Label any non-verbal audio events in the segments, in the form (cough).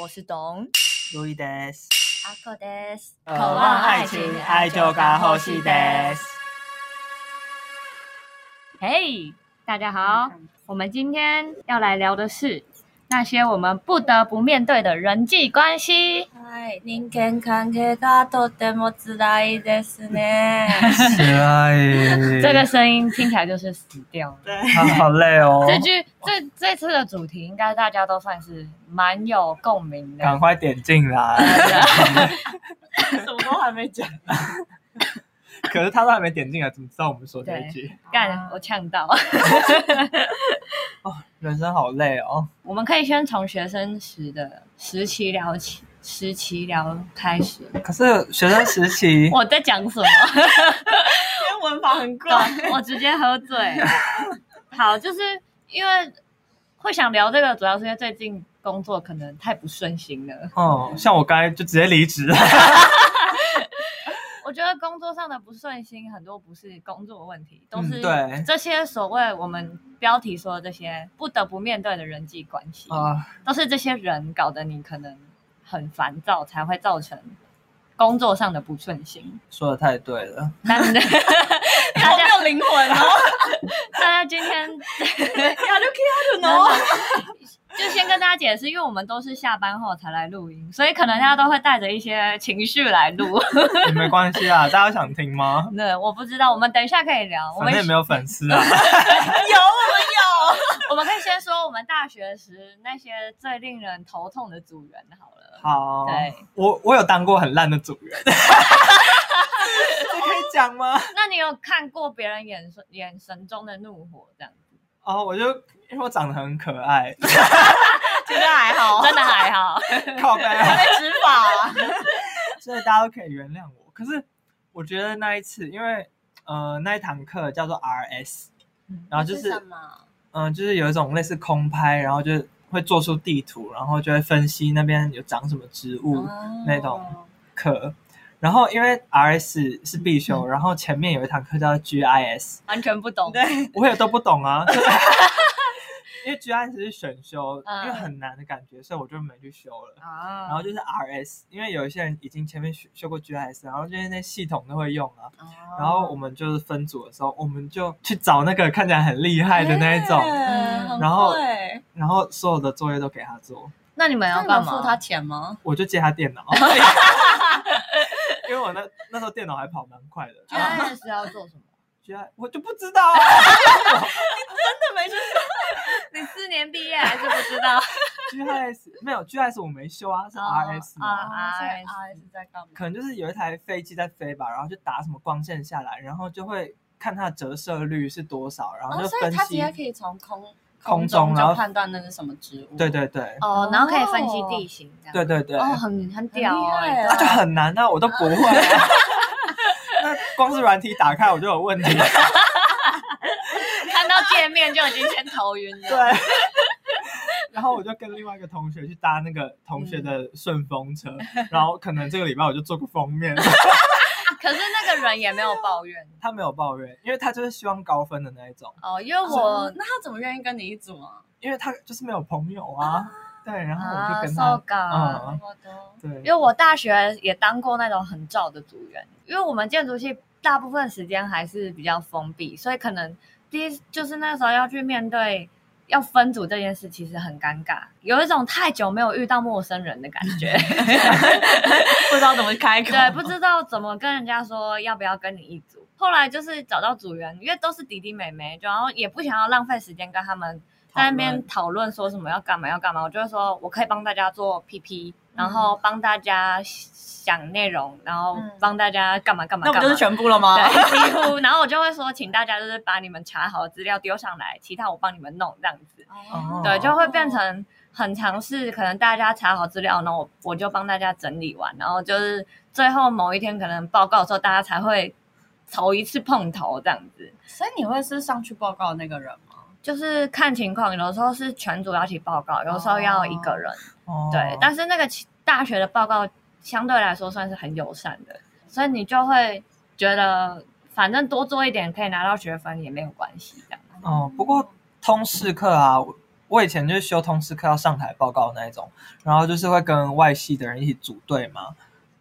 我是董路易德斯，阿克德斯，渴望爱情，爱就该呼吸德。嘿，大家好，我们今天要来聊的是那些我们不得不面对的人际关系。嗨，人間関係がとても辛いですね。起来，这个声音听起来就是死掉了。对，他好累哦，这句这这次的主题应该大家都算是蛮有共鸣赶的。快点进来。什么都还没讲， (laughs) 可是他都还没点进来，怎么知道我们说这一句？ (laughs) 干，我呛到。人生好累哦。我们可以先从学生时的时期聊起，时期聊开始。可是学生时 (laughs) 期我在讲什么？今天文法很怪。我直接喝 (laughs) 醉。好，就是因为会想聊这个，主要是因为最近工作可能太不顺心了。嗯，像我刚才就直接离 (laughs) 职了。我觉得工作上的不顺心，很多不是工作问题，都是嗯对这些所谓我们标题说的这些不得不面对的人际关系，啊，都是这些人搞得你可能很烦躁，才会造成工作上的不顺心。说的太对了。但 (laughs) 大好没家有灵魂 (laughs) 哦，大家今天呀就 Q 就 no，就先跟大家解释，因为我们都是下班后才来录音，所以可能大家都会带着一些情绪来录。也没关系啊，大家想听吗？对，我不知道，我们等一下可以聊。我反们正也没有粉丝啊。有我们我们可以先说我们大学时那些最令人头痛的组员好了。好，对，我我有当过很烂的组员，这可以讲吗？那你有看过别人眼神眼神中的怒火这样子？哦，我就因为我长得很可爱，有，其实还好，真的还好，靠背啊。被执法，所以大家都可以原谅我。可是我觉得那一次，因为呃那一堂课叫做 RS，嗯然后就是什么？嗯、呃就是有一种类似空拍，然后就会做出地图，然后就会分析那边有长什么植物 (laughs) 哦那种课。然后因为 RS 是必修，然后前面有一堂课叫 GIS，完全不 (laughs) 懂。对，我也都不懂 (laughs) 啊。 (laughs) 就是因为 GIS 是选修，因为嗯很难的感觉，所以我就没去修了。啊，然后就是 RS，因为有一些人已经前面修修过 GIS，然后就是那系统都会用啊。哦然后我们就是分组的时候，我们就去找那个看起来很厉害的那一种，嗯很然后对，然后所有的作业都给他做，那你们要那你干们付他嘛？钱吗？我就借他电 (laughs) 脑， (laughs) 因为我那那时候电脑还跑蛮快的，啊居然 (laughs) 是要做什么？居然我就不知道啊，真的没去你四年毕业还是不知道？ GIS 没有 GIS 我没修啊，是哦 RS 嘛哦，RS R S 啊在干嘛？可能就是有一台飞机在飞吧，然后就打什么光线下来，然后就会看它的折射率是多少，然后哦，就所以分他直析，接可以从空空中中然就后判断那是什么植物。对对对哦，然后可以分析地形这样。对对对，哦，很很屌哦很厉害那就啊很难啊，我都不会、哦啊。 (laughs) 那光是软体打开我就有问题。看到界面就已经先头晕了。 (laughs) 对。然后我就跟另外一个同学去搭那个同学嗯的顺风车，然后可能这个礼拜我就做个封面。 (laughs) (laughs) 可是那个人也没有抱怨他没有抱怨，因为他就是希望高分的那一种，哦，因为我哦，那他怎么愿意跟你一组啊？因为他就是没有朋友啊。对，然后我啊就跟他，受搞，嗯，我都因为对，我大学也当过那种很照的组员，因为我们建筑系大部分时间还是比较封闭，所以可能第一就是那时候要去面对要分组这件事，其实很尴尬，有一种太久没有遇到陌生人的感 (laughs) 觉，不知道怎么开口，对，不知道怎么跟人家说要不要跟你一组。后来就是找到组员，因为都是弟弟妹妹，然后也不想要浪费时间跟他们在那边讨论说什么要干嘛要干嘛，我就会说我可以帮大家做 PP，然后帮大家想内容，然后嗯帮大家干嘛干嘛那干不嘛。就是全部了吗？对，几 (laughs) 乎，然后我就会说，请大家就是把你们查好的资料丢上来，其他我帮你们弄这样子。哦对，就会变成很尝试，可能大家查好资料，然后我我就帮大家整理完，然后就是最后某一天可能报告的时候，大家才会头一次碰头这样子。所以你会是上去报告的那个人吗？就是看情况，有时候是全组要一起报告，有时候要一个人。哦对，但是那个其大学的报告相对来说算是很友善的，所以你就会觉得反正哦多做一点可以拿到学分也没有关系这样。哦，不过通识课啊，我我以前就是修通识课要上台报告那一种，然后就是会跟外系的人一起组队嘛。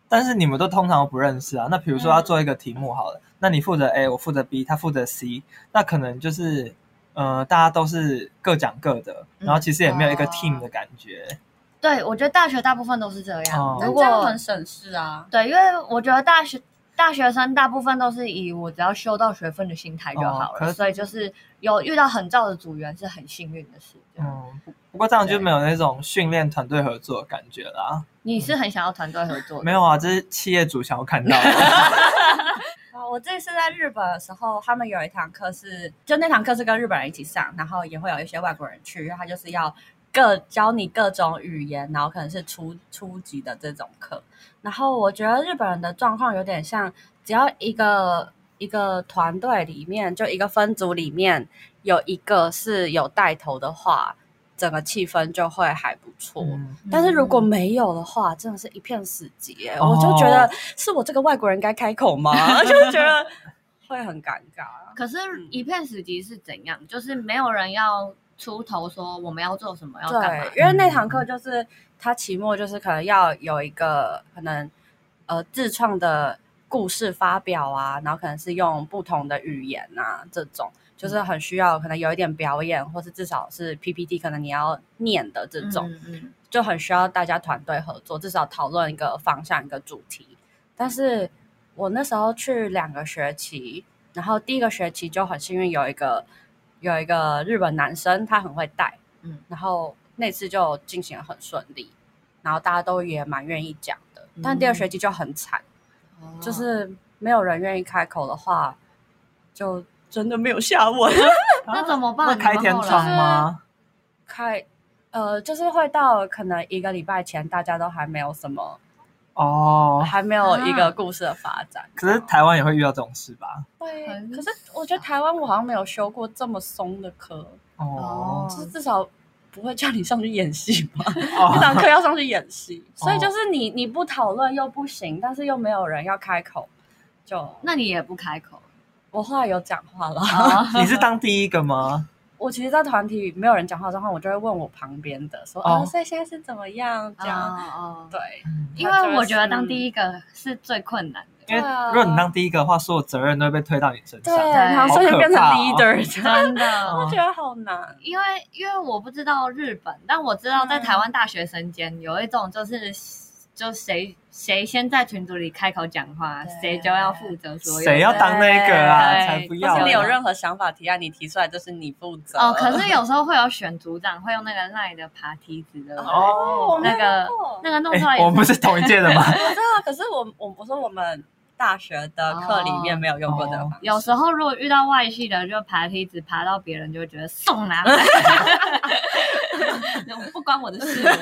但是你们都通常都不认识啊。那比如嗯说要做一个题目好了，那你负责 A，我负责 B，他负责 C，那可能就是呃大家都是各讲各的，嗯然后其实也没有一个哦 team 的感觉。对，我觉得大学大部分都是这样。哦但如这样果很省事啊。对，因为我觉得大学大学生大部分都是以我只要修到学分的心态就好哦可了，是所以就是有遇到很燥的组员是很幸运的事。这样嗯，不不过这样就没有那种训练团队合作的感觉啦。你是很想要团队合作的，没有啊，这是企业主想要看到的。啊，我这次在日本的时候，他们有一堂课是，就那堂课是跟日本人一起上，然后也会有一些外国人去，他就是要各教你各种语言，然后可能是初初级的这种课。然后我觉得日本人的状况有点像，只要一个一个团队里面，就一个分组里面有一个是有带头的话，整个气氛就会还不错。嗯但是如果没有的话，真的是一片死寂耶、我哦就觉得是我这个外国人该开口吗？ (laughs) 就是觉得会很尴尬。可是，嗯一片死寂是怎样？就是没有人要出头说我们要做什么，要干嘛嗯对，。因为那堂课就是他期末就是可能要有一个可能呃自创的故事发表啊，然后可能是用不同的语言啊这种，嗯就是很需要可能有一点表演，或是至少是 PPT，可能你要念的这种。嗯嗯就很需要大家团队合作，至少讨论一个方向、一个主题。但是我那时候去两个学期，然后第一个学期就很幸运有一个有一个日本男生，他很会带，嗯然后那次就进行得很顺利，然后大家都也蛮愿意讲的。但第二学期就很惨，嗯就哦是没有人愿意开口的话，就真的没有下 (laughs) 文。 (laughs) 那怎么办？那你们开天后来窗吗？开呃，就是会到可能一个礼拜前，大家都还没有什么。哦，还没有一啊个故事的发展。可是台湾也会遇到这种事吧？对很可是我觉得台湾我好像没有修过这么松的课，嗯哦就是至少不会叫你上去演戏 (laughs) 吧？一哦，堂课要上去演戏，所以就是你你不讨论又不行，但是又没有人要开口，就那你也不开口。我后来有讲话了。哦 (laughs) 你是当第一个吗？我其实，在团体没有人讲话的状况，我就会问我旁边的说：“哦哦，所以现在是怎么样？”这样、哦哦，对，啊因为我觉得当第一个是最困难 (laughs) 因的，为如果你当第一个的话，所有责任都会被推到你身上对，。啊然后所以就变成好可怕哦 leader，这样、真的。我觉得好难。因为因为我不知道日本，但我知道在嗯台湾大学生间有一种就是。就谁谁先在群组里开口讲话，对谁就要负责所有。谁要当那个啊？对才不要 (laughs) 要是呢！你有任何想法提案，你提出来就是你负责。哦，可是有时候会有选组长会用那个赖的爬梯子的，哦，那个那个弄出来哎，也我们不是同一届 (laughs) 的吗？我知道，可是我我我说我们大学的课里面没有用过这个方式。有时候如果遇到外系的，就爬梯子爬到别人就会觉得送哪， (laughs) (laughs) 不关我 (laughs) 的事。嗯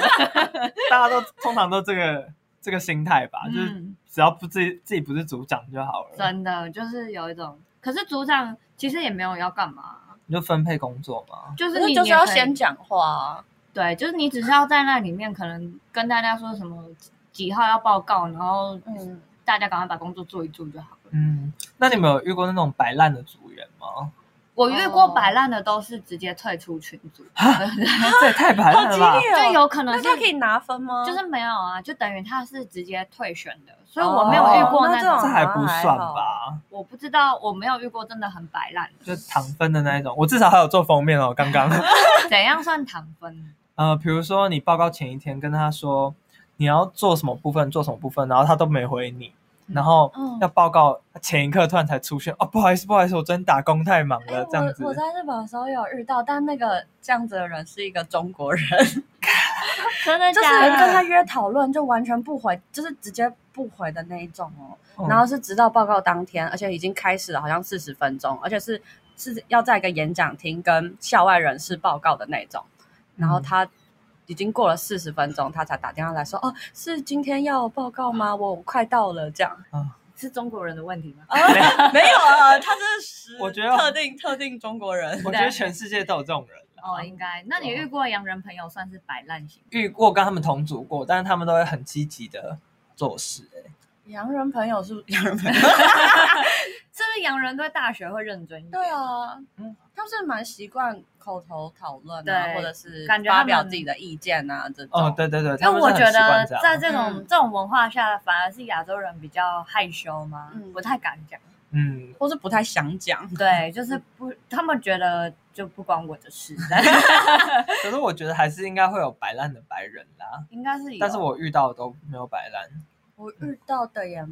大家都通常都这个这个心态吧，啊就是嗯，只要不自己自己不是组长就好了，真的就是有一种，可是组长其实也没有要干嘛，你就分配工作嘛。就可是你是就是也要可以先讲话啊，对，就是你只是要在那里面可能跟大家说什么几号要报告，然后嗯，大家赶快把工作做一做就好了。嗯，那你们有遇过那种摆烂的组员 (laughs) 吗？我遇过摆烂的都是直接退出群组，哦这也太摆好烂激了吧！烈就哦。有可能那是他可以拿分吗？就是没有啊，就等于他是直接退选的，所以我没有遇过哦那那这种这种，还不算吧？我不知道，我没有遇过真的很摆烂 (laughs) 就的，糖分的那一种，我至少还有做封面哦。刚刚，怎样算糖分？呃，比如说你报告前一天跟他说你要做什么部分，做什么部分，然后他都没回你，然后嗯要报告前一刻突然才出现，哦，不好意思，不好意思，我昨天打工太忙哎了，这样子我我。在日本的时候有遇到，但那个这样子的人是一个中国人，真的就是假跟他的？约讨论就完全不回，就是直接不回的那一种哦。嗯然后是直到报告当天，而且已经开始了，好像四十分钟，而且是是要在一个演讲厅跟校外人士报告的那种。然后他已经过了四十分钟，他才打电话来说：“哦，是今天要报告吗？我快到了。”这样是中国人的问题吗？ (laughs) 没有啊，他是十我觉得特定特定中国人。我觉得全世界都有这种人啦哦，应该。那你遇过洋人朋友算哦是摆烂型？遇过跟他们同组过，但是他们都会很积极的做事、欸洋人朋友是 (laughs) 不洋人朋友？是不是洋人对大学会认真一点？对 (laughs) 啊，嗯他们是蛮习惯口头讨论啊，对或者是感觉他发们表自己的意见啊这种。哦，对对对，因他为们我是很觉习惯得这样在这种、嗯这种文化下，反而是亚洲人比较害羞嘛，嗯不太敢讲。嗯，或是不太想 (laughs) 讲，对，就是不，他们觉得就不关我的 (laughs) 事，可是我觉得还是应该会有摆烂的白人啦，应该哦是有。但是我遇到的都没有摆烂，我遇到的也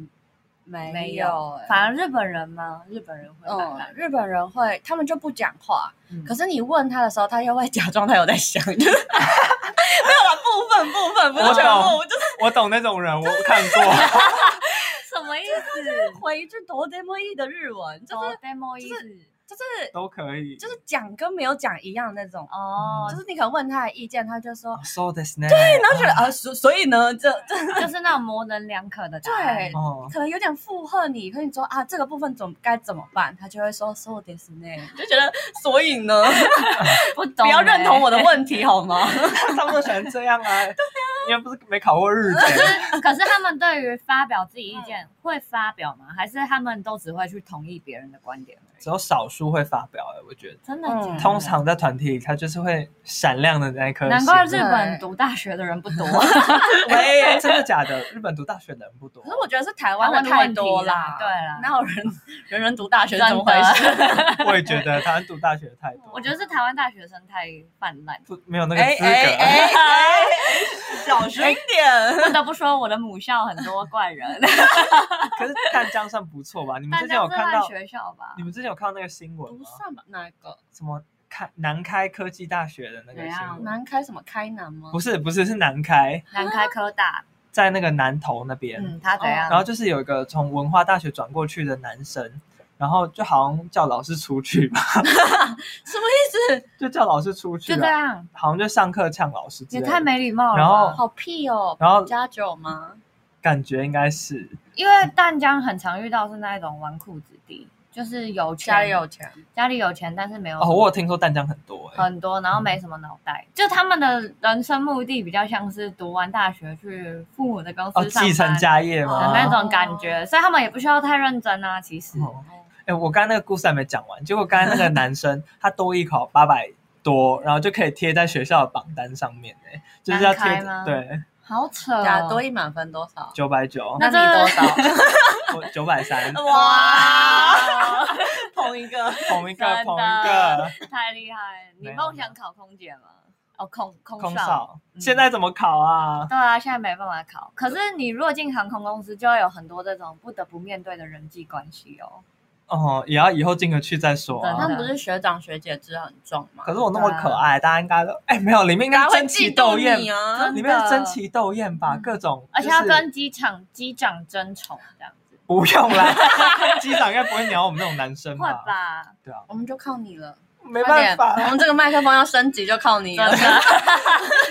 没嗯没有有欸，反而日本人嘛，日本人会摆嗯，烂。日本人会，他们就不讲话，嗯可是你问他的时候，他又会假装他有在想，就是 (laughs) 没有啦，部分部分不是我全部，懂就是我懂那种人，我看过，什么意思？回一句多得莫意的日文，就是是 demo 意思就是都可以。就是讲跟没有讲一样的那种，哦就，是你可能问他的意见，他就说，哦 so this 呢？对，然后觉得啊，所所以呢，这这就是那种模棱两可的答案对。哦，可能有点附和你，可是你说啊，这个部分怎么该怎么办，他就会说 so this 呢，就觉得所以呢， (laughs) 不懂、欸不要认同我。的问题好吗？ (laughs) 他们都喜欢这样啊，因为不是没考过日检，欸 (laughs) 可是他们对于发表自己意见、会发表吗？还是他们都只会去同意别人的观点而已？只有少数会发表哎，我觉得。真的假的、嗯通常在团体里，他就是会闪亮的那一颗星。难怪日本读大学的人 (laughs) 不多，台 (laughs) 喂，真的假的？日本读大学的人不多可，是我觉得是台湾湾的啊的太问题多啦啦，，对啦，哪有 (laughs) 人人人读大学真怎么回事？的，我也觉得台湾读大学的太多， (laughs) 我觉得是台湾大学生太泛滥。不没有 (laughs) 那个哎资哎格。啊哎哎， (laughs) 小声一点。 (laughs) 不得不说，我的母校很多怪 (laughs) 人，可是淡江算不错吧？你们大之前有家看烂到，学啊校吧你？们之前有看到那个新闻不吗？算吧？哪一个？什么开南开科技大学的那个怎样新闻？南开什么开南吗？不是不是是南开，南开科 (laughs) 大，在那个南投那边。嗯，他怎样？然后就是有一个从文化大学转过去的男生，然后就好像叫老师出去吧，什 (laughs) 么意思？就叫老师出去就这啊，样，好像就上课呛老师之也类的。太没礼貌了吧。然后好屁哦！然后加酒吗？感觉应该是因为淡江很常遇到是那一种纨绔子弟，就是有钱家里有钱，家里有钱，但是没有哦，我有听说淡江很多哎、很多，然后没什么脑袋，就他们的人生目的比较像是读完大学去父母的公哦，司上继承班哦家业的吗？那种感觉，所以他们也不需要太认真啊。其实，哦哎、我刚刚那个故事还没讲完，结果刚刚那个男生他多艺考八百多，然后就可以贴在学校的榜单上面哎、就是要贴难开吗对好扯哦，假 (laughs) 多一满分多少？九百九，呃那那你多少？我九百三，哇， (laughs) 同一 (laughs) 个。同一真个的同一个 (laughs) 太厉害了！你没有梦想考空姐吗？哦，空空空少。嗯少，现在怎么考啊？对啊，现在没办法考。可是你如果进航空公司，就会有很多这种不得不面对的人际关系哦。哦，也要以后进了去再说、真的啊。那不是学长学姐制很重吗？可是我那么可啊爱，大家应该都哎、没有，里面应该大家会争奇嫉斗妒艳哦你，啊！里面真的争奇斗艳吧，各种、嗯而就且是，要跟机场机长争宠这样子，不用 (laughs) 啦，机长应该不会鸟我们这种男生会吧？对啊，我们就靠你了，没办快点我法， (laughs) 们这个麦克风要升级就靠你真了。的， (laughs)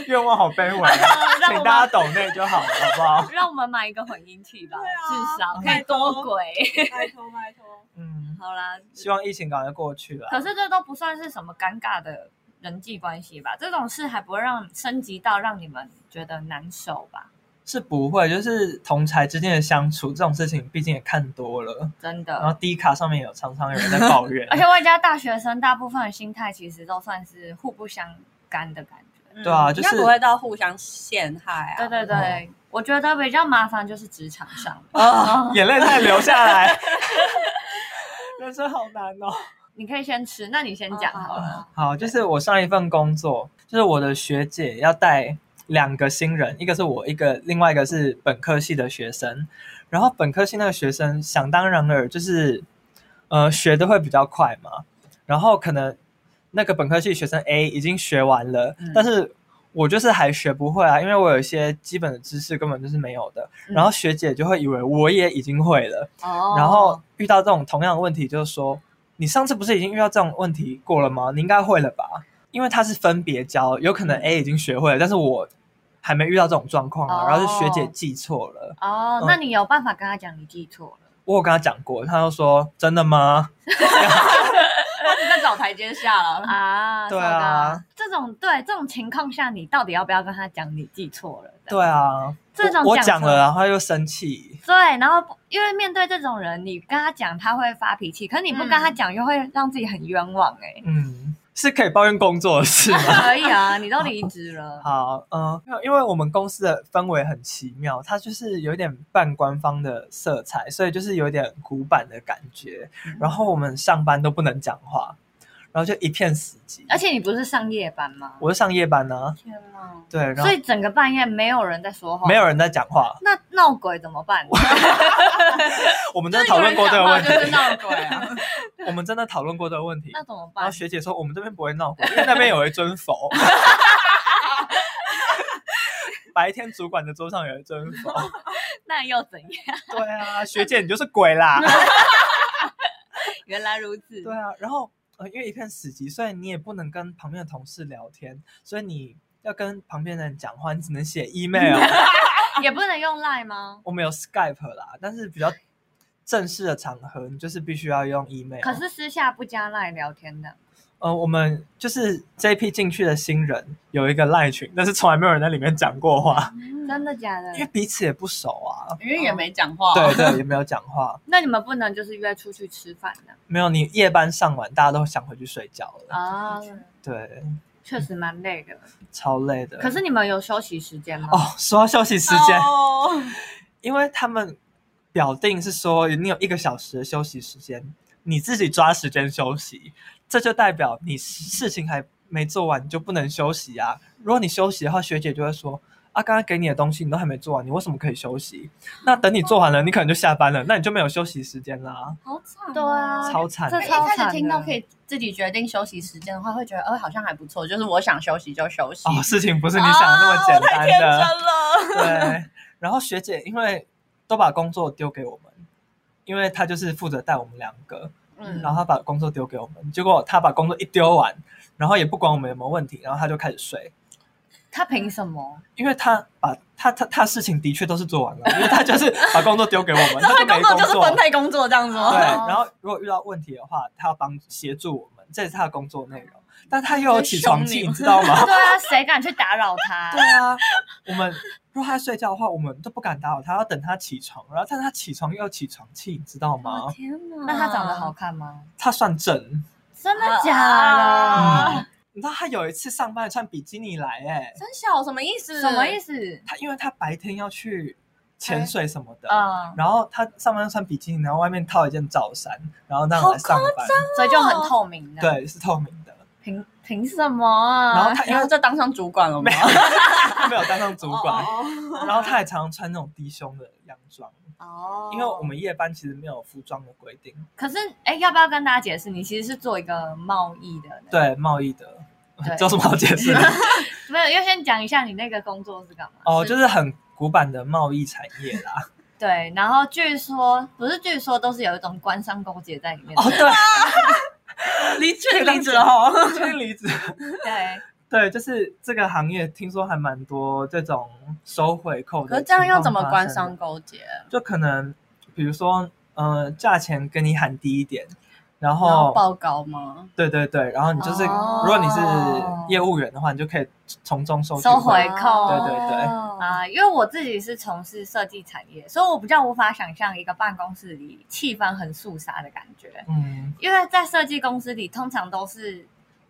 愿望好卑微啊，让请我大家们懂内就好了，好不 (laughs) 好？让我们买一个混音器吧，至少可拜以啊多轨。拜托拜托，嗯， (laughs) 好啦，希望疫情赶快过去了。可是这都不算是什么尴尬的人际关系吧？这种事还不会让升级到让你们觉得难受吧？是不会，就是同才之间的相处这种事情，毕竟也看多了。真然后的。 D 卡上面有常常有人在抱 (laughs) 怨，而且外加大学生，大部分的心态其实都算是互不相干的感觉。对对啊就是嗯应该不会到互相陷害啊。对嗯对对，我觉得比较麻烦就是职场上，啊， (laughs) 眼泪再流下来， (laughs) 人生好难哦。你可以先吃，那你先讲好了。了。好，就是我上一份工作，就是我的学姐要带两个新人，一个是我，一个另外一个是本科系的学生。然后本科系那个学生，想当然尔就是，呃，学的会比较快嘛。然后可能那个本科系学生 A 已经学完了，但是我就是还学不会啊，因为我有一些基本的知识根本就是没有的。然后学姐就会以为我也已经会了，哦然后遇到这种同样的问题，就是说，你上次不是已经遇到这种问题过了吗？你应该会了吧？因为它是分别教，有可嗯能 A 已经学会了，但是我还没遇到这种状况啊。哦然后是学姐记错了，哦嗯，那你有办法跟他讲你记错了？我有跟她讲过，她就说真的吗？他只在找台阶下了。 (laughs) 啊对啊，糟糕这种对这种情况下，你到底要不要跟他讲你记错了？对，啊，这种我我讲讲什么了，然后他又生气，对，然后不因为面对这种人，你跟他讲他会发脾气，可是你不跟他讲，又会让自己很冤枉哎、嗯，是可以抱怨工作的事吗？可以啊，你都离职了，好，嗯、因为我们公司的氛围很奇妙，它就是有一点半官方的色彩，所以就是有点古板的感觉。嗯然后我们上班都不能讲话，然后就一片死寂。而且你不是上夜班吗？我是上夜班呢、天哪！对，然所后以整个半夜没有人在说话，没有人在讲话。那闹鬼怎么办？我们真的讨论过这个问题，就是闹鬼啊！我们真的讨论过这个问题。那怎么然后办？学姐说我们这边不会闹鬼，因为那边有一尊佛。 (laughs) 白天主管的桌上有一尊 (laughs) 佛。那又怎样？对啊，学姐你就是鬼啦。原来如此。对啊，然后呃，因为一片死寂，所以你也不能跟旁边的同事聊天，所以你要跟旁边的人讲话，你只能写 (laughs) email 。也不能用赖吗？我们有 Skype 啦，但是比较正式的场合，你就是必须要用 email。可，是私下不加赖聊天的，呃，我们就是这一批进去的新人有一个赖群，但是从来没有人在里面讲过话，真的假的因？为彼此也不熟啊。因为也没讲哦话，对对，也没有讲话，那你们不能就是约出去吃饭的没有。你夜班上完，大家都想回去睡觉了，啊？对，确实蛮累的。超累的。可是你们有休息时间吗？哦，说到休息时间，哦因为他们表定是说你有一个小时的休息时间，你自己抓时间休息，这就代表你事情还没做完，你就不能休息啊。如果你休息的话，学姐就会说。啊，刚刚给你的东西你都还没做完，你为什么可以休息？那等你做完了，你可能就下班了，那你就没有休息时间啦，好惨哦，对啊超惨的这。哎一超开惨始听到的可以自己决定休息时间的话，会觉得呃好像还不错，就是我想休息就休息。哦，事情不是你想的那么简啊我太单天的。真了。对，然后学姐因为都把工作丢给我们，因为她就是负责带我们两个，嗯然后她把工作丢给我们，结果她把工作一丢完，然后也不管我们有没有问题，然后她就开始睡，他凭什么？因为她把她她她事情的确都是做完了，因为她就是把工作丢给 (laughs) 我们，这她份没工作工就是分配工作这样子对，吗？然后如果遇到问题的话，她要帮协助我们，这也是她的工作内容，但她又有起床气，你知道吗？对啊，谁敢去打扰 (laughs) 对他？啊，我们如果他睡觉的话，我们都不敢打扰他，要等他起床。然后，但他起床又有起床气，你知道吗？天哪那他长得好，看吗？他算正。嗯真的假啊的？你知道他有一次上班穿比基尼来、哎，真小什么意思？什么意思？思？他因为他白天要去潜水什么的，嗯，然后他上班穿比基尼，然后外面套一件罩衫，然后那样来上班，啊所以就很透明的。，对，是透明的。凭凭什么啊？然后他因然后为就当上主管了吗？ (laughs) 他没有当上主管，然后他也常常穿那种低胸的洋装，哦因为我们夜班其实没有服装的规定，可是，哎，要不要跟大家解释？你其实是做一个贸易的，，对贸易的 (laughs) 对，这有什么好解释的？没有，要先讲一下你那个工作是干嘛？哦，就是很古板的贸易产业 (laughs) 啦。对，然后据说不是，据说都是有一种官商勾结在里面的。哦，啊 (laughs) 对，离职离职了哦。确定离职。对，对，就是这个行业，听说还蛮多这种收回扣的。可是这样要怎么官商？勾结？就可能比如说，呃，价钱跟你喊低一点，然然后后报告吗？对对对，然后你就是、哦如果你是业务员的话，你就可以从中收取收回扣对对对啊、因为我自己是从事设计产业，所以我比较无法想象一个办公室里气氛很肃杀的感觉。嗯，因为在设计公司里，通常都是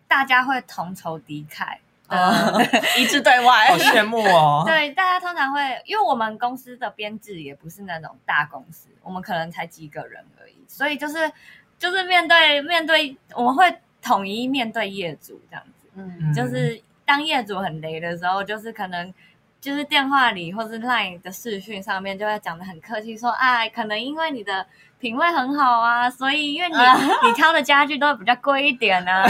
大家会同仇敌忾。哦啊，一致对外好。羡慕哦。 (laughs) 对，大家通常会，因为我们公司的编制也不是那种大公司，我们可能才几个人而已，所以就是就是面对面对，我们会统一面对业主这样子，嗯，就是当业主很雷的时候，就是可能。就是电话里或是 LINE 的视讯上面，就会讲的很客气，说哎，可能因为你的品味很好啊，所 (laughs) 以因为你、你挑的家具都会比较贵一点啊，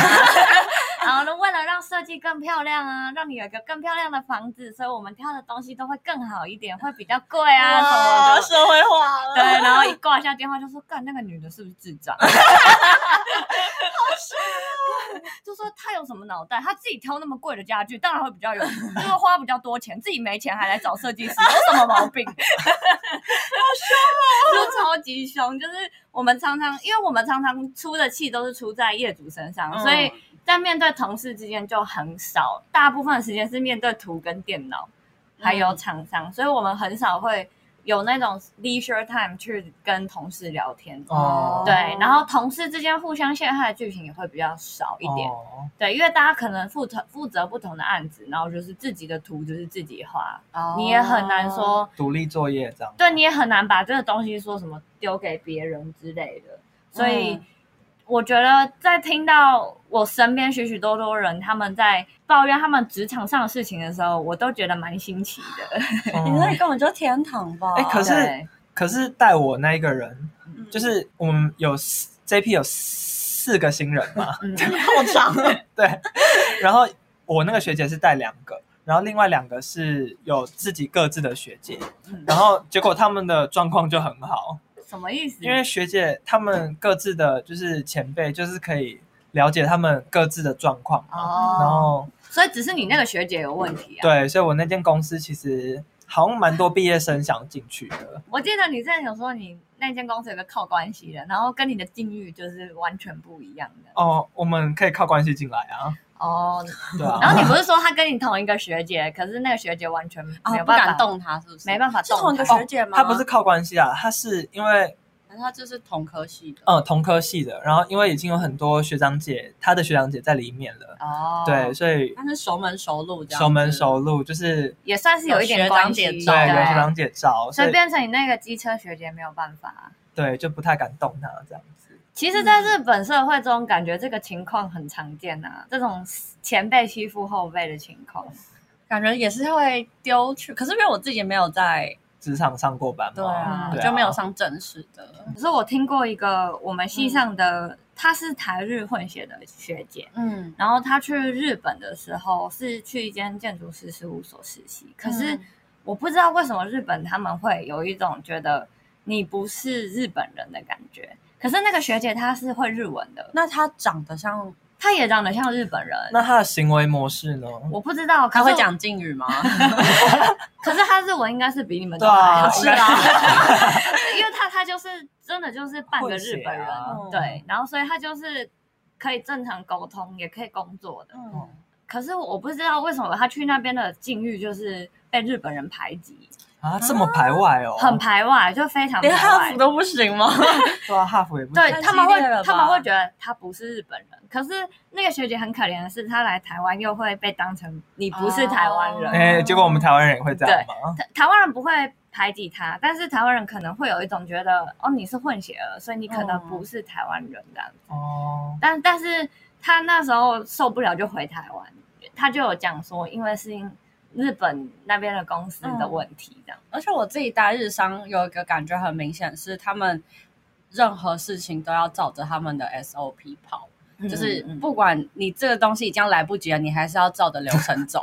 (laughs) 然后呢，为了让设计更漂亮啊，让你有一个更漂亮的房子，所以我们挑的东西都会更好一点，会比较贵啊什么哇的。社会化了。对，然后一挂下电话就说：“干，那个女的是不是智 (laughs) 障？”好凶、哦就说她有什么脑袋？她自己挑那么贵的家具，当然会比 (laughs) 较有，就是花比较多钱，自己没钱还来找设计师，有什么毛病？好 (laughs) 凶哦！就超级凶，就是我们常常，因为我们常常出的气都是出在业主身上，所以在面对同事之间就很少，大部分的时间是面对图跟电脑。还有嗯厂商，所以我们很少会有那种 leisure time 去跟同事聊天。哦，对，然后同事之间互相陷害的剧情也会比较少一点。哦对，因为大家可能负责负责不同的案子，然后就是自己的图就是自己画，哦你也很难说独立作业这样。对你也很难把这个东西说什么丢给别人之类的。所以嗯我觉得，在听到我身边许许多多人他们在抱怨他们职场上的事情的时候，我都觉得蛮新奇的。你那里嗯根本就天堂吧？哎可是对可是带我那一个人，就是我们有四这批有四个新人嘛，嗯，好长啊，对，然后我那个学姐是带两个，然后另外两个是有自己各自的学姐，嗯然后结果他们的状况就很好，什么意思？因为学姐他们各自的就是前辈，就是可以了解他们各自的状况嘛，然哦，后所以只是你那个学姐有问题啊。对，所以我那间公司其实好像蛮多毕业生想进去的，我记得你之前有说你那间公司有个靠关系的，然后跟你的境遇就是完全不一样的。哦，我们可以靠关系进来啊，哦，对啊，然后你不是说她跟你同一个学姐，可是那个学姐完全啊没有不办法敢，动他，是不是？没办法是动她。同一个学姐吗？他不是，靠关系啊，他是因为他就是同科系的。嗯同科系的，然后因为已经有很多学长姐，他的学长姐在里面了，哦，对，，所以他是熟门熟路这样，熟门。熟路就是也算是有一点有学关长系，姐对照有学对长姐照，所所以以变成你那个机车学姐没有办嗯法。对就不太敢动他这样子。其实，在日本社会中，感觉这个情况很常见啊，这种前辈欺负后辈的情况。感觉也是会丢去，可是因为我自己没有在，职场上过班嘛，啊对就没有上正式的，可是我听过一个我们系上的，她是台日混血的学姐，嗯，然后她去日本的时候是去一间建筑师事务所实习，可是嗯我不知道为什么日本他们会有一种觉得你不是日本人的感觉。可是那个学姐她是会日文的，那他长得像，她也长得像日本人，那他的行为模式呢？我不知道，可他是会，讲敬语吗？可是他日文应该是比你们都对啊还好，应是啊， (laughs) 因为他他就是真的就是半个日本人，混血啊对，然后所以他就是可以正常沟通，也可以工作的。嗯，可是我不知道为什么他去那边的境遇就是被日本人排挤，啊，这么排外哦，很排外，就非常 (laughs) 排连汉外哎服。都不行吗？对啊，哈佛也不对太他们激会烈了，吧他们会觉得他不是日本人。可是那个学姐很可怜的是，她来台湾又会被当成你不是台湾哦人，哎，结果我们台湾人也会这样吗？台台湾人不会排挤他，但是台湾人可能会有一种觉得，哦，你是混血儿，所以你可能不是台湾人这样子。哦，但但是他那时候受不了就回台湾，他就有讲说，因为是因日本那边的公司的问题这样。 (laughs) 而且我自己待日商有一个感觉很明显是，他们任何事情都要照着他们的 SOP 跑，就是嗯嗯不管你这个东西已经来不及了，你还是要照着流程 (laughs) 走。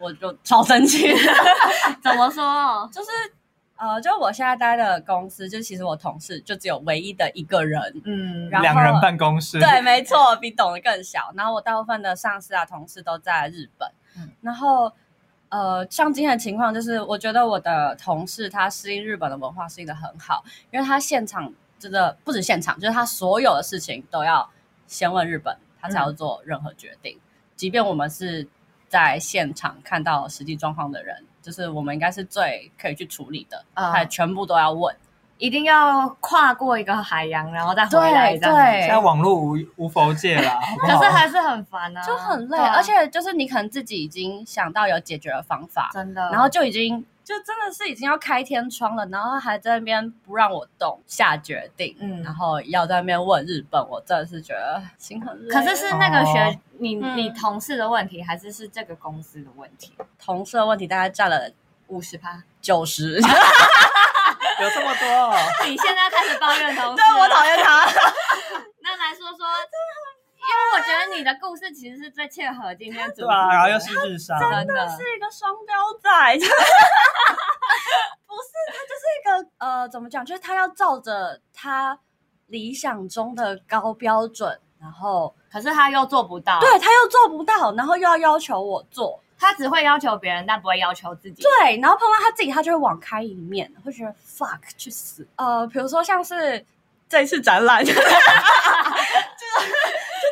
我就超生 (laughs) 气，怎么说？就是呃，就我现在待的公司，就其实我同事就只有唯一的一个人，嗯，然后两人办公室，对，没错，比懂得更小。然后我大部分的上司啊、同事都在日本，嗯然后呃，像今天的情况就是，我觉得我的同事他适应日本的文化适应的很好，因为他现场真的不止现场，就是他所有的事情都要先问日本，他才要做任何决定，即便我们是。在现场看到实际状况的人，就是我们应该是最可以去处理的，嗯他全部都要问。一定要跨过一个海洋，然后再回来对这样子。现在网络无无佛界啦，好不 (laughs) 可好是？还是很烦啊，就很累，对啊而且就是你可能自己已经想到有解决的方法，真的，然后就已经就真的是已经要开天窗了，然后还在那边不让我动下决定，嗯然后要在那边问日本，我真的是觉得心很累。可是是那个学、哦你嗯你同事的问题，还是是这个公司的问题？同事的问题大概占了五十趴，九十，哦有这么多哦， (laughs) 你现在开始抱 (laughs) 怨同事， (laughs) 对我讨。厌他。啊那来说说，因为我觉得你的故事其实是最切合今天主题对的，啊，然后又是日商，真的是一个双标仔， (laughs) 不是他就是一个呃，怎么讲？就是他要照着他理想中的高标准，然后可是他又做不到，对，他又做不到，然后又要要求我做，他只会要求别人，但不会要求自己。对，然后碰到他自己，他就会网开一面，会觉得 fuck 去死。呃，比如说像是这一次展览，就是就嗯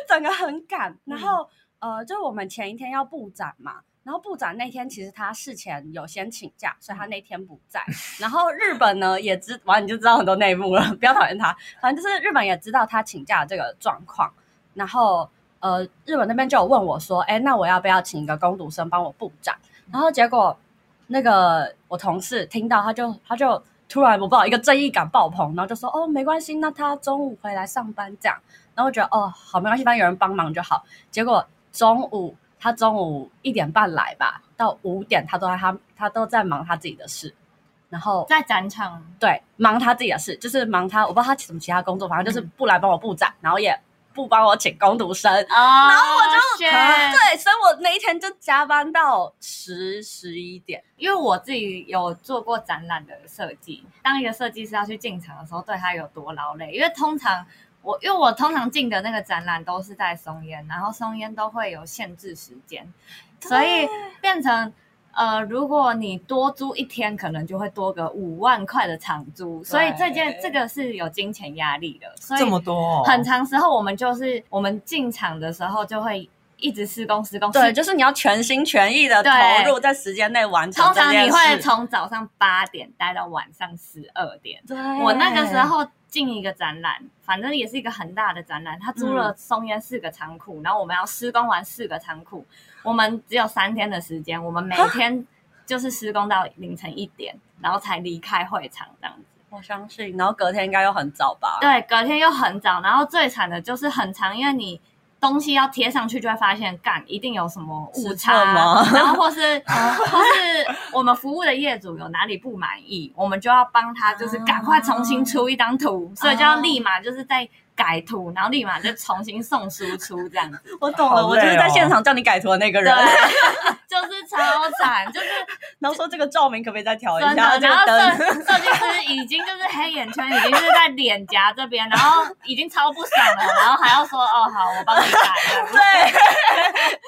整个很赶，然后、呃，就我们前一天要布展嘛。然后部长那天其实他事前有先请假，所以他那天不 (laughs) 在。然后日本呢也知，完你就知道很多内幕了，不要讨厌他。反正就是日本也知道他请假的这个状况，然后呃，日本那边就有问我说，哎，那我要不要请一个工读生帮我部长？然后结果那个我同事听到，他就他就突然我不知道一个正义感爆棚，然后就说，哦，没关系，那他中午回来上班这样。然后我觉得哦，好，没关系，反正有人帮忙就好。结果中午他中午一点半来吧，到五点他都在他他都在忙他自己的事，然后在展场对忙他自己的事，就是忙他我不知道他什么其他工作，反正就是不来帮我布展，然后也不帮我请工读生。哦啊，然后我对，所以我那一天就加班到十十一点。因为我自己有做过展览的设计，当一个设计师要去进场的时候，对他有多劳累？因为通常我，因为我通常进的那个展览都是在松烟，然后松烟都会有限制时 (laughs) 间，所以变成呃，如果你多租一天，可能就会多个五万块的场租，所以这件对这个是有金钱压力的，所以这么多、哦，很长时候我们就是我们进场的时候就会一直施工施工，对，就是你要全心全意的投对入在时间内完成通这常件你事。会从早上八点待到晚上十二点。对，我那个时候进一个展览，反正也是一个很大的展览，他嗯租了松烟四个仓库，然后我们要施工完四个仓库，我们只有三天的时间，我们每天就是施工到凌晨一点，然后才离开会场这样子。我相信，然后隔天应该又很早吧？对，隔天又很早，然后最惨的就是很长，因为你东西要贴上去，就会发现干一定有什么误尺差寸吗，然后或 (laughs) 是、呃或是我们服务的业主有哪里不满意，我们就要帮他啊就是赶快重新出一张图，所以就要立马就是在。改图，然后立马就重新送输出，这 (laughs) 样子，我懂好了，累我就是在哦现场叫你改图的那个对 (laughs) 人，，就是超惨，就是 (laughs) 然后说这个照明可不可以再哦调一真下？的，这然后个灯，设设计师已经就是黑眼圈，已经是在脸颊这边，然后已经超不爽了，然后还要说哦好，我帮你改。 (laughs) 对，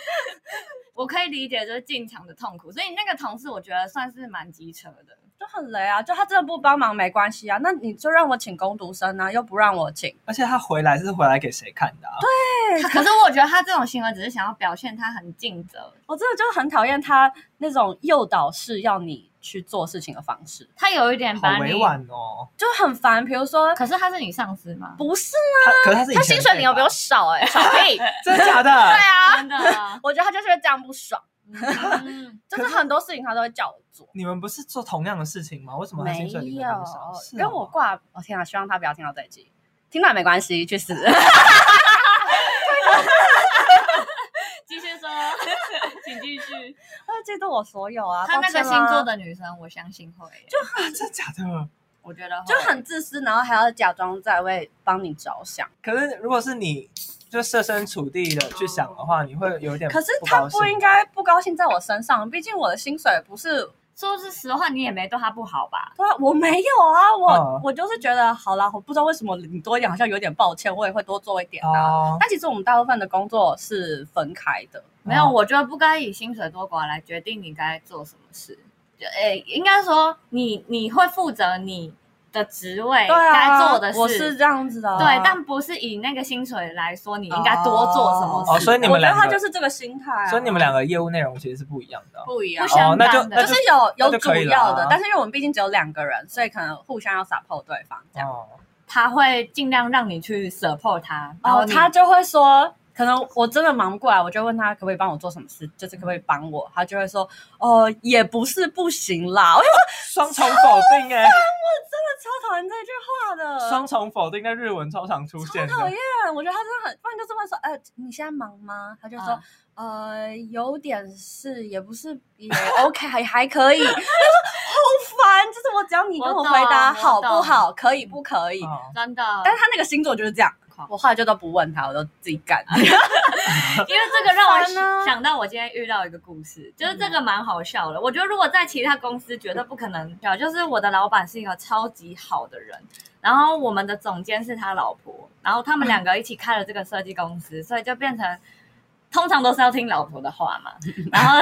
我可以理解就是进场的痛苦，所以那个同事我觉得算是蛮机车的。就很雷啊！就他真的不帮忙没关系啊，那你就让我请工读生啊，又不让我请，而且他回来是回来给谁看的、啊？对，可是我觉得他这种行为只是想要表现他很尽责，我真的就很讨厌他那种诱导式要你去做事情的方式，他有一点把好你委。婉哦。就很烦。比如说，可是他是你上司吗？不是啊他可是他是以他前薪水被领有比我吧少哎、小 (laughs) 屁，真的假的？对啊，，真的我觉得他就是会这样不爽，嗯就是很多事情他都会叫我做。你们不是做同样的事情吗？为什么他没薪水有领的那么少？，是跟哦我挂，我、天啊！希望他不要听到这一集，听到也没关系，去 (laughs) 死！继续说，请继续。他嫉妒我所有啊，他那抱个歉星啦座的女生，我相信会，就啊，真的假的？我觉得会就很自私，然后还要假装在为帮你着想。可是如果是你，就设身处地的去想的话，你会有点可是他高不兴应该不高兴在我身上，毕竟我的薪水不是说是实话，你也没对他不好吧？对啊，我没有啊，我、嗯我就是觉得好啦，我不知道为什么你多一点好像有点抱歉，我也会多做一点啊。哦。但其实我们大部分的工作是分开的，没有，哦我觉得不该以薪水多寡来决定你该做什么事。就诶、应该说你你会负责你的职位对啊，该做的事，我是这样子的啊、对，但不是以那个薪水来说你应该多做什么事。哦，所以你我们觉得两他个，就是这个心态、啊，所以你们两个业务内容其实是不一样的哦。不一样不。相哦那就干的那就是有那有就主可以了要的啊，但是因为我们毕竟只有两个人，所以可能互相要 support 对方这样。哦，他会尽量让你去 support 他，然后哦，你他就会说，可能我真的忙不过来，我就问他可不可以帮我做什么事，就是可不可以帮我，他就会说，哦，也不是不行啦。 (laughs) 我就双重否定哎，超讨厌这句话的，双重否定在日文超常出现超讨的厌。。我觉得他真的很，不然就是问说，呃，你现在忙吗？他就说，嗯呃，有点事，也不是也 OK，还还可以。他说 (laughs) 好烦，就是我只要你跟我我回懂答我好不懂好，可以不可以？哦真的，但是他那个星座就是这样，我后来就都不问他，我都自己干。因为这个让我烦啊嗯想想到我今天遇到一个故事，就是这个蛮好笑的。我觉得如果在其他公司绝对不可能笑，就是我的老板是一个超级好的人，然后我们的总监是他老婆，然后他们两个一起开了这个设计公司，所以就变成。通常都是要听老婆的话 (laughs) 嘛，然后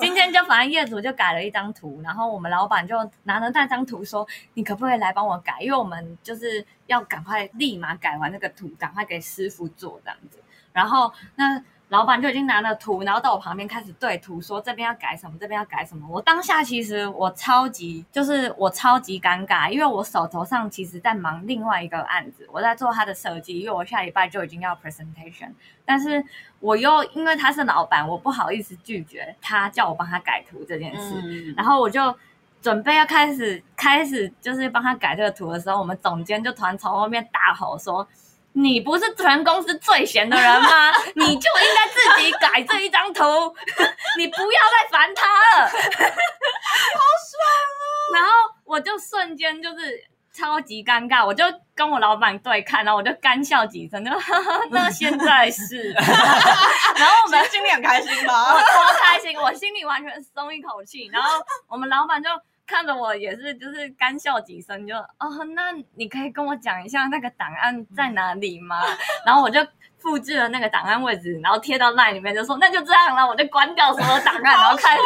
今天就反正业主就改了一张图，然后我们老板就拿着那张图说：“你可不可以来帮我改？因为我们就是要赶快立马改完那个图，赶快给师傅做这样子。”然后那老板就已经拿了图，然后到我旁边开始对图说这边要改什么，这边要改什么。我当下其实我超级就是我超级尴尬，因为我手头上其实在忙另外一个案子，我在做他的设计，因为我下礼拜就已经要 presentation，但是我又因为他是老板，我不好意思拒绝他叫我帮他改图这件事，嗯，然后我就准备要开始开始就是帮他改这个图的时候，我们总监就突然从后面大吼说：“你不是全公司最闲的人吗？ (laughs) 你就应该自己改这一张图， (laughs) 你不要再烦他了。” (laughs) 好爽哦！然后我就瞬间就是。超级尴尬，我就跟我老板对看，然后我就干笑几声，就 (laughs) 呵呵，那现在是， (laughs) 然后我们心里很开心吧 (laughs) 我？超开心，我心里完全松一口气。然后我们老板就看着我，也是就是干笑几声，就哦，那你可以跟我讲一下那个档案在哪里吗？ (laughs) 然后我就。复制了那个档案位置，然后贴到 LINE 里面，就说那就这样了，我就关掉所有档案，然后开啊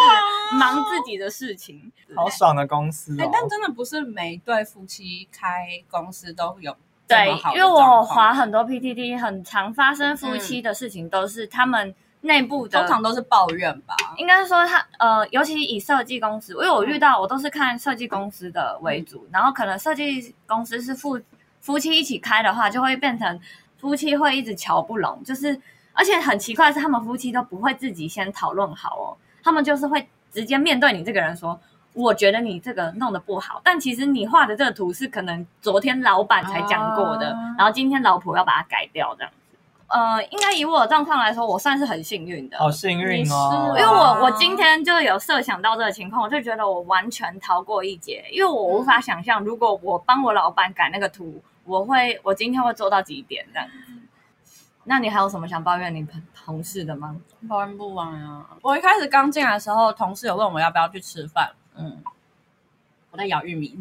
始忙自己的事情。好爽的公司哎、哦！但真的不是每对夫妻开公司都有这对么好，的因为我状况划很多 PTT，很常发生夫妻的事情，都是他们内部的通常都是抱怨吧。应该说他呃，尤其以设计公司，因为我遇到我都是看设计公司的为主，然后可能设计公司是夫夫妻一起开的话，就会变成夫妻会一直瞧不拢，就是而且很奇怪的是他们夫妻都不会自己先讨论好哦，他们就是会直接面对你这个人说。我觉得你这个弄得不好，但其实你画的这个图是可能昨天老板才讲过的，啊然后今天老婆要把它改掉这样子。呃，应该以我的状况来说，我算是很幸运的。好幸运哦！因为哇我我今天就有设想到这个情况，我就觉得我完全逃过一劫，因为我无法想象，如果我帮我老板改那个图，我会我今天会做到几点这样子。那你还有什么想抱怨你同同事的 (laughs) 吗？抱怨不完啊！我一开始刚进来的时候，同事有问我要不要去吃饭，嗯，我在咬玉米， (laughs)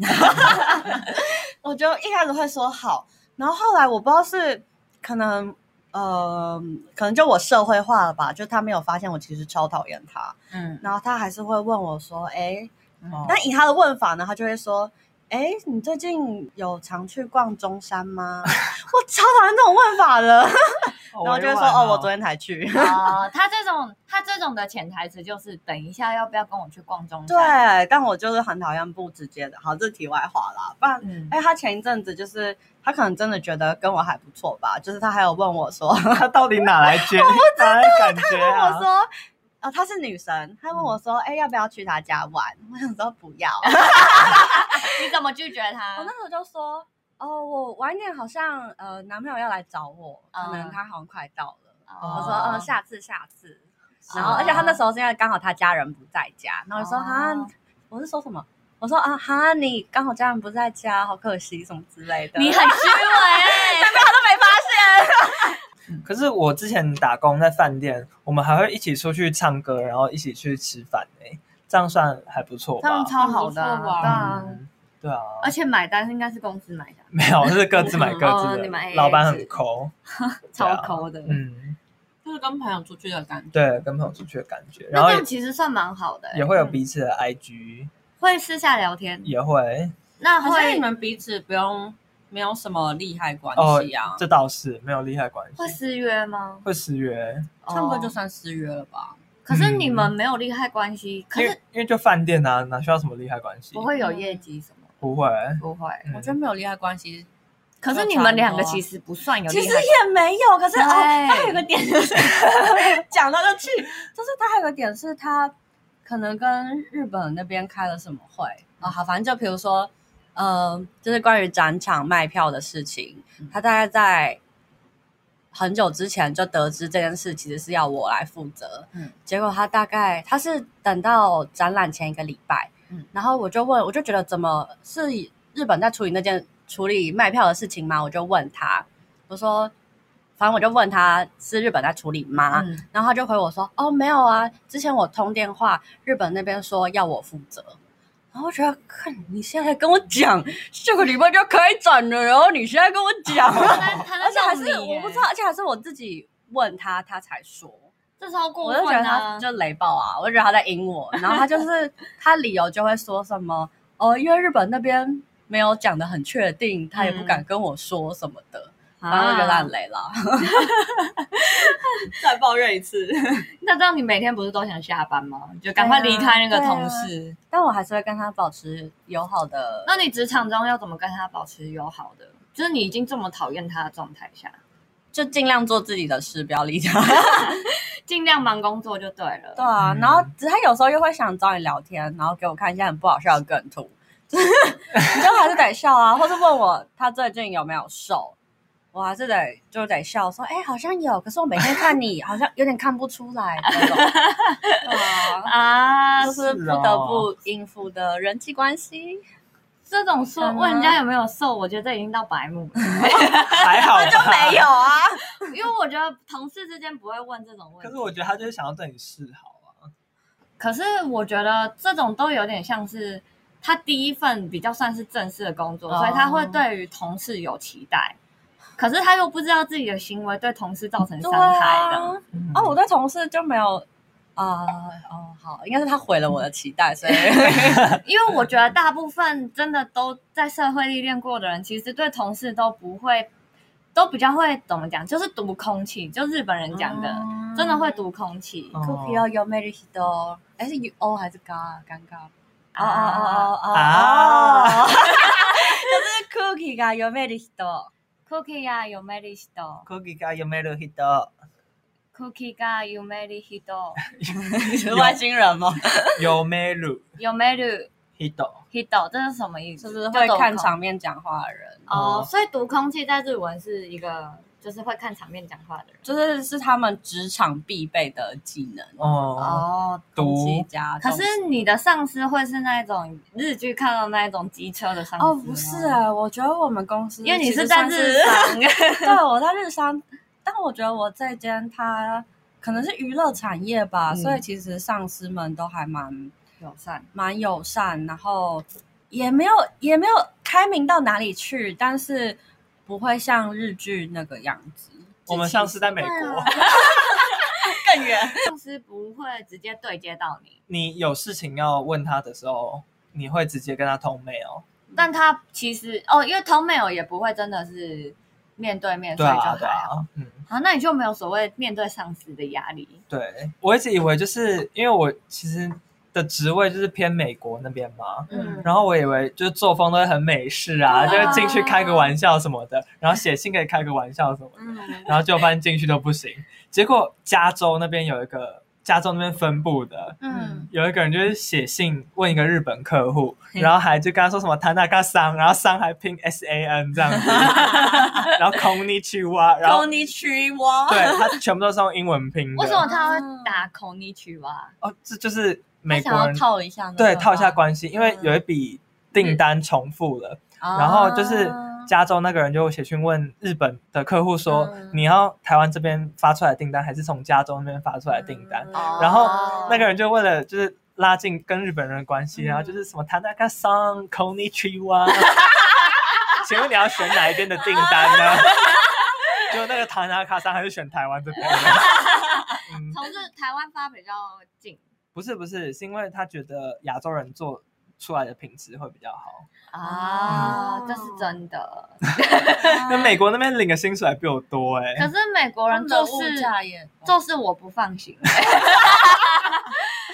我就一开始会说好，然后后来我不知道是可能呃，可能就我社会化了吧，就他没有发现我其实超讨厌他，嗯，然后他还是会问我说，哎，哦那以他的问法呢，他就会说。哎，你最近有常去逛中山吗？ (laughs) 我超讨厌这种问法的，好然后就会委说婉哦，我昨天才去。 (laughs) 啊，他这种他这种的潜台词就是等一下要不要跟我去逛中对，但我就是很讨厌不直接的。好，这题外话啦，不然，嗯，哎，他前一阵子就是他可能真的觉得跟我还不错吧，就是他还有问我说， (laughs) 他到底哪来觉？哪来感觉问我啊？说，呃哦，她是女神，她问我说，哎、要不要去她家玩？我想说不要，你怎么拒绝他我那时候就说，哦，我晚一点好像呃男朋友要来找我，可能嗯他好像快到了。我我说，说嗯、呃下下次下次。然哦后，而且他那时候是因为刚好他家人不在家，然后我就说哦哈、我是说什么？我说啊哈，你刚好家人不在家，好可惜什么之类的。你很虚 (laughs) 伪，可是我之前打工在饭店，我们还会一起出去唱歌，然后一起去吃饭诶、这样算还不错吧？他们超好的啊，很不错吧对啊，嗯对啊，而且买单应该是公司买的，没有是各自买各哦自你们的， AA 老板制很抠，超抠的，嗯，就是跟朋友出去的感觉。对，跟朋友出去的感觉，然那后这样其实算蛮好的欸、也会有彼此的 IG，会私下聊天。也会那好像你会们彼此不用没有什么利害关哦系啊，，这倒是没有利害关会系，私约吗？会失约，唱歌就哦，算失约了吧？可是你们没有利害关系，可因是为因为就饭店啊，哪需要什么利害关系？不，会有业绩什么，不会，不会。嗯我觉得没有利害关系，可是你们两啊个其实不算有利其害实关系，也没有，可是啊对哦，他还有个点就是 (laughs) 讲到就去，就是他还有个点是他可能跟日本那边开了什么会啊、好，反正就比如说，呃，就是关于展场卖票的事情，嗯他大概在很久之前就得知这件事其实是要我来负责，嗯嗯，结果他大概他是等到展览前一个礼拜，嗯嗯，然后我就问，我就觉得怎么是日本在处理那件处理卖票的事情吗？我就问他，我说。反正我就问他是日本在处理吗？嗯然后他就回我说：“哦，没有啊，之前我通电话，日本那边说要我负责。”然后我觉得，看你现在跟我讲，下个礼拜就要开展了，然后你现在跟我 (laughs) 讲，他在他而且在还弄是你耶我不知道，，而且还是我自己问他，他才说。这超过我就觉得分他啊！就雷暴啊，我就觉得他在阴我，然后他就是 (laughs) 他理由就会说什么哦，因为日本那边没有讲的很确定，他也不敢跟我说什么的。然后就觉得嗯啊很累 (laughs) 了。再抱怨一次，那这样你每天不是都想下班啊吗？你就赶快离开那个同事。但我还是会跟他保持友好的。那你职场中要怎么跟他保持友好的？就是你已经这么讨厌他的状态下，就尽量做自己的事，不要理他。尽量忙工作就对了。对啊，嗯然后只是他有时候又会想找你聊天，然后给我看一些很不好笑的梗图， (laughs) 就是你就还是得笑啊，或是问我他最近有没有瘦，我还是得就得笑说，哎、好像有，可是我每天看你好像有点看不出 (laughs) 来那种，对啊，啊，就是哦不得不应付的人际关 (laughs) 系，这种说嗯啊问人家有没有瘦，我觉得已经到白目了，还好 (laughs) 就吧没有啊，因为我觉得同事之间不会问这种问可题。是我觉得他就是想要对你示好啊。可是我觉得这种都有点像是他第一份比较算是正式的工作，哦所以他会对于同事有期待，可是他又不知道自己的行为对同事造成伤对害啊的。，嗯哦，我对同事就没有。啊、哦，好，应该是他毁了我的期待， (laughs) 所以因为我觉得大部分真的都在社会历练过的人，其实对同事都不会，都比较会怎么讲，就是读空气，就日本人讲的，真的会读空气。哦酷皮啊哦，有魅力的，哎是 U O 还是嘎？尴尬。哦哦啊哦哦啊哦！就是 cookie が有魅力的， Cookie 呀、有魅力的 Cookie が夢の人 Cookie が有魅力的，你是外星人哦吗？夢の有魅力人。的，这是什么意思？就是会就读看空场面讲话的人，哦哦，所以读空气在日文是一个就是会看场面讲话的人。就是是他们职场必备的技能。哦，哦，读空气加可重视，是你的上司会是那种日剧看到那一种机车的上司哦，吗不是，哎，我觉得我们公司因为你其实是在算日商， (laughs) 对，我在日商，但我觉得我这间它可能是娱乐产业吧，嗯所以其实上司们都还蛮友善嗯蛮友善，然后也没有也没有开明到哪里去，但是不会像日剧那个样子。我们上次在美对国啊，更远，上司不会直接对接到你， (laughs) 你有事情要问他的时候，你会直接跟他通 mail。嗯但他其实哦，因为 Tom m a l 也不会真的是面对面，所对以啊，就对还好。啊，嗯。啊，那你就没有所谓面对上司的压力对，我一直以为就是因为我其实的职位就是偏美国那边嘛，嗯嗯，然后我以为就是作风都会很美式啊，就对啊是进去开个玩笑什么的，然后写信可以开个玩笑什么的，嗯，然后就发现进去都不行。结果加州那边有一个加州那边分部的。嗯，有一个人就是写信问一个日本客户，然后还就跟他说什么“他那嘎桑”，然后“桑”还拼 S A N 这样 (laughs) 子，然后 “Konichiwa”，然后你娶我对他全部都是用英文拼的。为什么嗯他会打 k o n i c h i w a 哦，这就是他美想国要人套一下那个吧，对套一下关系，因为嗯有一笔订单重复了，啊，然后就是加州那个人就写讯问日本的客户说，嗯你要台湾这边发出来的订单，还是从加州那边发出来的订单？嗯然后哦那个人就为了就是。拉近跟日本人的关系，嗯然后就是什么 Tanaka San Konichiwa，请问你要选哪一边的订单 (laughs) 呢？就那个 Tanaka San 还是选台湾 (laughs) 这边的？嗯，从这台湾发比较近不是不是，是因为他觉得亚洲人做出来的品质会比较好。啊哦，这是真的。嗯那美国那边领的薪水还比我多哎、可是美国人做物事价也，做事我不放 (laughs) 心，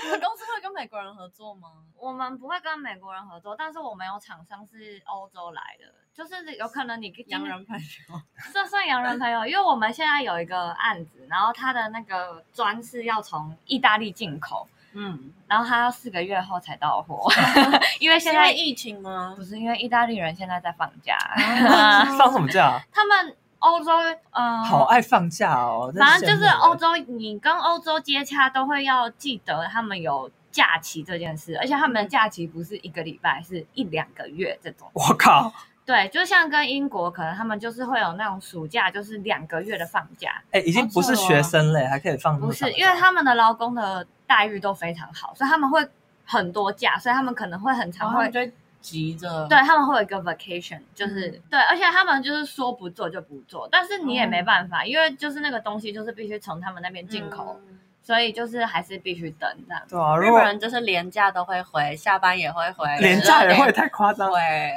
你们公司会跟美国人合作吗？我们不会跟美国人合作，但是我们有厂商是欧洲来的，就是有可能你今洋人朋友，这 (laughs) 算洋人朋友，因为我们现在有一个案子，然后他的那个砖是要从意大利进口，嗯，然后他要四个月后才到货， (laughs) 因为现在疫情吗不？是因为意大利人现在在放假，啊放什么假？ (laughs) 啊他们欧洲嗯、呃好爱放假哦！真反正羡就慕是欸欧洲，你跟欧洲接洽都会要记得他们有假期这件事，而且他们嗯的假期不是一个礼拜，是一两个月这种。 (laughs) 我靠，对，就像跟英国，可能他们就是会有那种暑假，就是两个月的放假，哎、已经不是学生嘞，还可以放那啊不么是长因为他们的劳工的待遇都非常好，所以他们会很多假，所以他们可能会很然常哦后会。就急着，对他们会有一个 vacation，就是、嗯对，而且他们就是说不做就不做，但是你也哦没办法，因为就是那个东西就是必须从他们那边进口，嗯所以就是还是必须等这样。对啊，日如果本人就是连假都会回，下班也会回，哎廉价也会太夸张。啊对。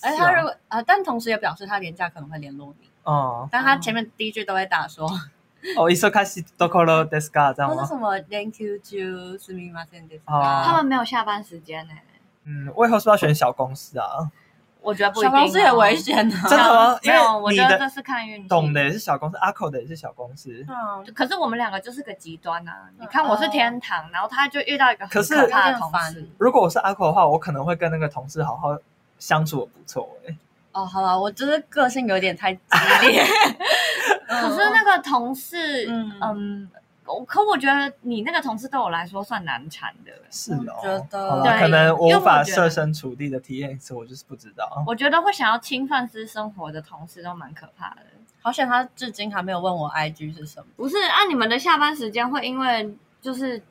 而且他如果呃，但同时也表示他廉价可能会联络你，嗯，但他前面第一句都会打说，哦，一开始どころですか，这样或哦是什吗？么 Thank you to すみませんでした。哦他们没有下班时间呢、嗯，为何说要选小公 (laughs) 司啊？我觉得不一小定、啊公司也危。险的，真的吗？因没为有，我你觉得这的是看运气。懂的也是小公司，阿口的也是小公司。嗯，可是我们两个就是个极端啊！你看我是天堂，然后他就遇到一个可很是可怕的同事。如果我是阿口的话，我可能会跟那个同事好好相处，不错哎、哦，好了，我就是个性有点太激 (laughs) 烈。可是那个同事，嗯嗯，我可我觉得你那个同事对我来说算难缠的。是哦，我觉得好啦对可能我因为无我法觉得设身处地的体验一次，我就是不知道。我觉得会想要侵犯私生活的同事都蛮可怕的。好险他至今还没有问我 IG 是什么。不是按、你们的下班时间会因为就是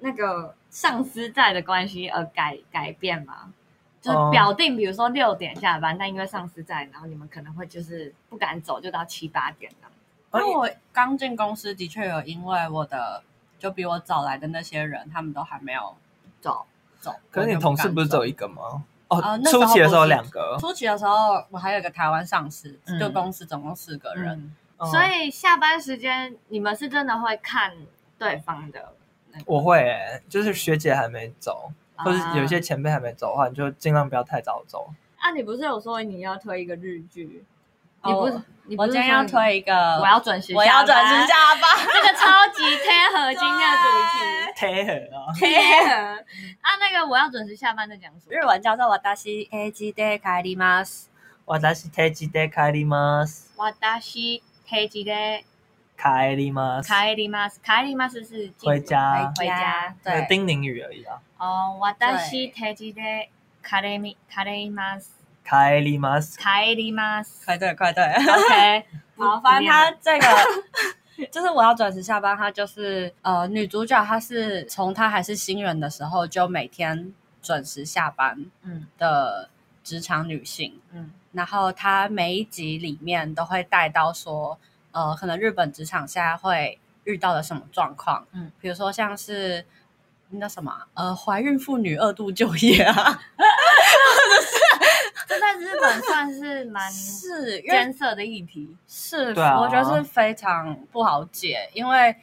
那个上司在的关系而改改变吗？就是哦表定，比如说六点下班，但因为上司在，然后你们可能会就是不敢走，就到七八点这样哎因为我刚进公司，的确有因为我的就比我早来的那些人，他们都还没有走。走。可我是你就同事敢不是只有一个吗？哦，呃那时候初期的时不候是两个，初期的时候，我还有一个台湾上司，嗯就公司总共四个人。嗯，嗯所以下班时间你们是真的会看对方的那个，我会、欸，就是学姐还没走，或啊是有一些前辈还没走的话，你就尽量不要太早 (laughs) 走。啊，你不是有说你要推一个日剧？哦你不是，你不我是今天要说你，推一个，呃我要准时，我要准时下，班。 (laughs) 这个超级贴合今天的 (laughs) 主题。贴很啊，贴合啊，那个我要准时下班再讲什么？日文叫做私 A G Day 开ります。我だし定時で帰ります，我达西黑吉的帰ります，卡里马斯，卡里马斯是进回家回，家。那个对，叮咛语而已啊。哦，我达西黑吉的卡里米卡里马斯，帰ります，卡里 (laughs) 马斯。快对快对。 OK，好，好，反反正正他他这个 (laughs) 就是我要准时下班，他就是呃，女主角她是从她还是新人的时候就每天准时下班，嗯嗯的职场女性，嗯嗯，然后她每一集里面都会带到说，呃，可能日本职场现在会遇到的什么状况，嗯嗯，比如说像是。那什么啊，呃，怀孕妇女二度就业啊，这在日本算是蛮是因为艰涩的议题。是，对啊我觉得是非常不好解，因为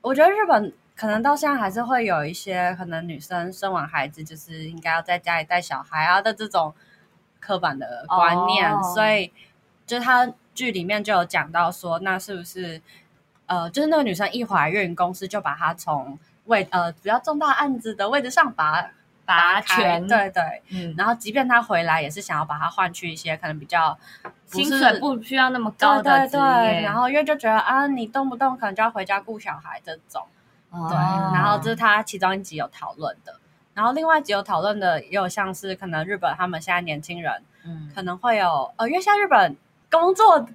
我觉得日本可能到现在还是会有一些可能女生生完孩子就是应该要在家里带小孩啊的这种刻板的观念，哦所以就是他剧里面就有讲到说，那是不是呃，就是那个女生一怀孕，公司就把她从位呃比较重大案子的位置上拔拔开权对对，嗯，然后即便她回来，也是想要把她换去一些可能比较不薪是水不需要那么对高的对职对，业，然后因为就觉得啊，你动不动可能就要回家顾小孩这种，对对，然后这是他其中一集有讨论的，然后另外一集有讨论的也有像是可能日本他们现在年轻人嗯可能会有呃，因为现在日本工作工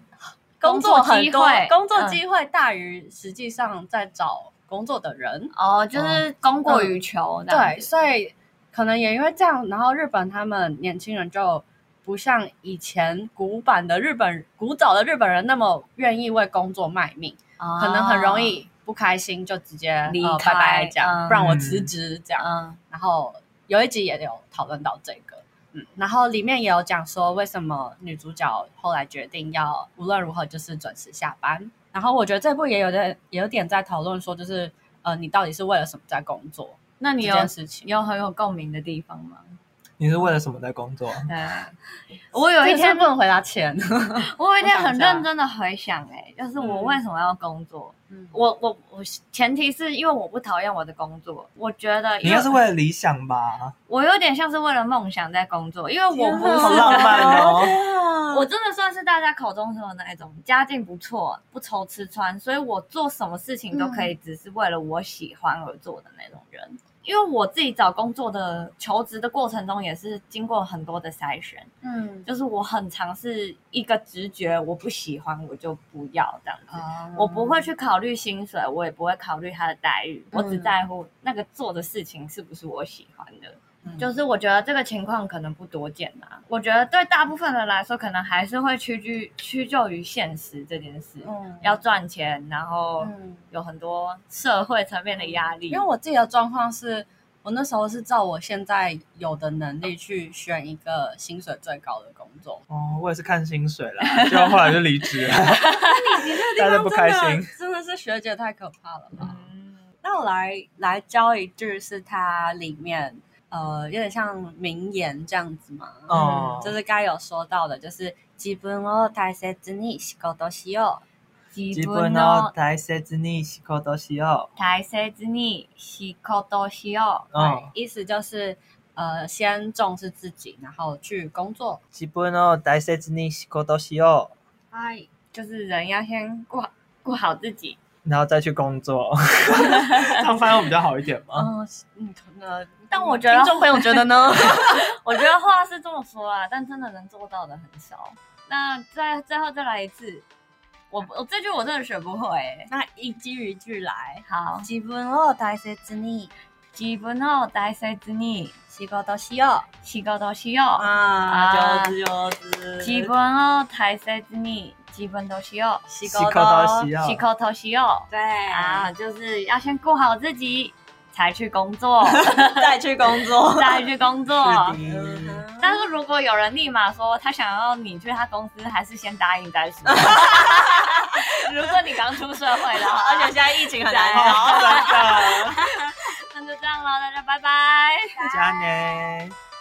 工作作很机多会，工作嗯机会大于实际上在找工作的人，哦，就是供过于求，这样嗯对，所以可能也因为这样，然后日本他们年轻人就不像以前古板的日本、古早的日本人那么愿意为工作卖命，哦可能很容易不开心就直接离呃开拜拜这样，嗯不然我辞职这样。嗯然后有一集也有讨论到这个。嗯，然后里面也有讲说，为什么女主角后来决定要无论如何就是准时下班。然后我觉得这部也有点也有点在讨论说，就是呃，你到底是为了什么在工作？那你这有件事情。有很有共鸣的地方 (laughs) 吗？你是为了什么在工作？对，我 (laughs) 有这一个是天不，能回答钱，我有一天我想很一下认真的回想、哎，就是我嗯为什么要工作？嗯我我我前提是因为我不讨厌我的工作，我觉得你因应为该是为了理想 (laughs) 吧？我有点像是为了梦想在工作，因为我不天哪啊好是浪漫哦！啊我真的算是大家口中说的那一种，家境不错，不愁吃穿，所以我做什么事情都可以，只是为了我喜欢而做的那种人。因为我自己找工作的求职的过程中，也是经过很多的筛选，嗯，就是我很尝试一个直觉，我不喜欢我就不要这样子。哦我不会去考虑薪水，我也不会考虑他的待遇，我嗯只在乎那个做的事情是不是我喜欢的。嗯就是我觉得这个情况可能不多见啊，我觉得对大部分人来说，可能还是会屈居屈就于现实这件事，嗯要赚钱，然后嗯有很多社会层面的压力。因为我自己的状况是，我那时候是照我现在有的能力去选一个薪水最高的工作。哦，我也是看薪水啦，就后来就离职了。大家不开心，真的是学姐太可怕了吧？嗯，那我来来教一句，是它里面呃有点像名言这样子嘛，哦就是刚才有说到的，就是自分を大切に仕事しよう。基自本哦分哦をの大切に仕事しよ大切に仕事しよう。うん。意思就是呃先重视自己，然后去工作，自分を大切に仕事しよう。はい，就是人要先顾好顾好自己。 (laughs) う，然后再去工作。这样翻译会比较好一点吗？嗯嗯，可能，但我觉得听众朋友觉得 (laughs) 呢？我觉得话是这么说啦，但真的能做到的很少。那再最后再来一次，我我这句我真的学不会、欸。那一句一句来。好，自分を大切に自分を大切に仕事しよ仕事しう。よ啊啊上手上手。う。自分を大切に自分都しよ仕仕事事しよう。仕う。事しよ对う。啊，，就是要先顾好自己，才去工 (laughs) 作，再去工 (laughs) 作，再去工作。 (laughs) 是的嗯但是如果有人立马说他想要你去他公司，还是先答应 (laughs) 再说。如果你刚出社会 (laughs) 的话，啊而且现在疫情很难对搞。 아,真的，那就这样了，大家拜拜。加呢。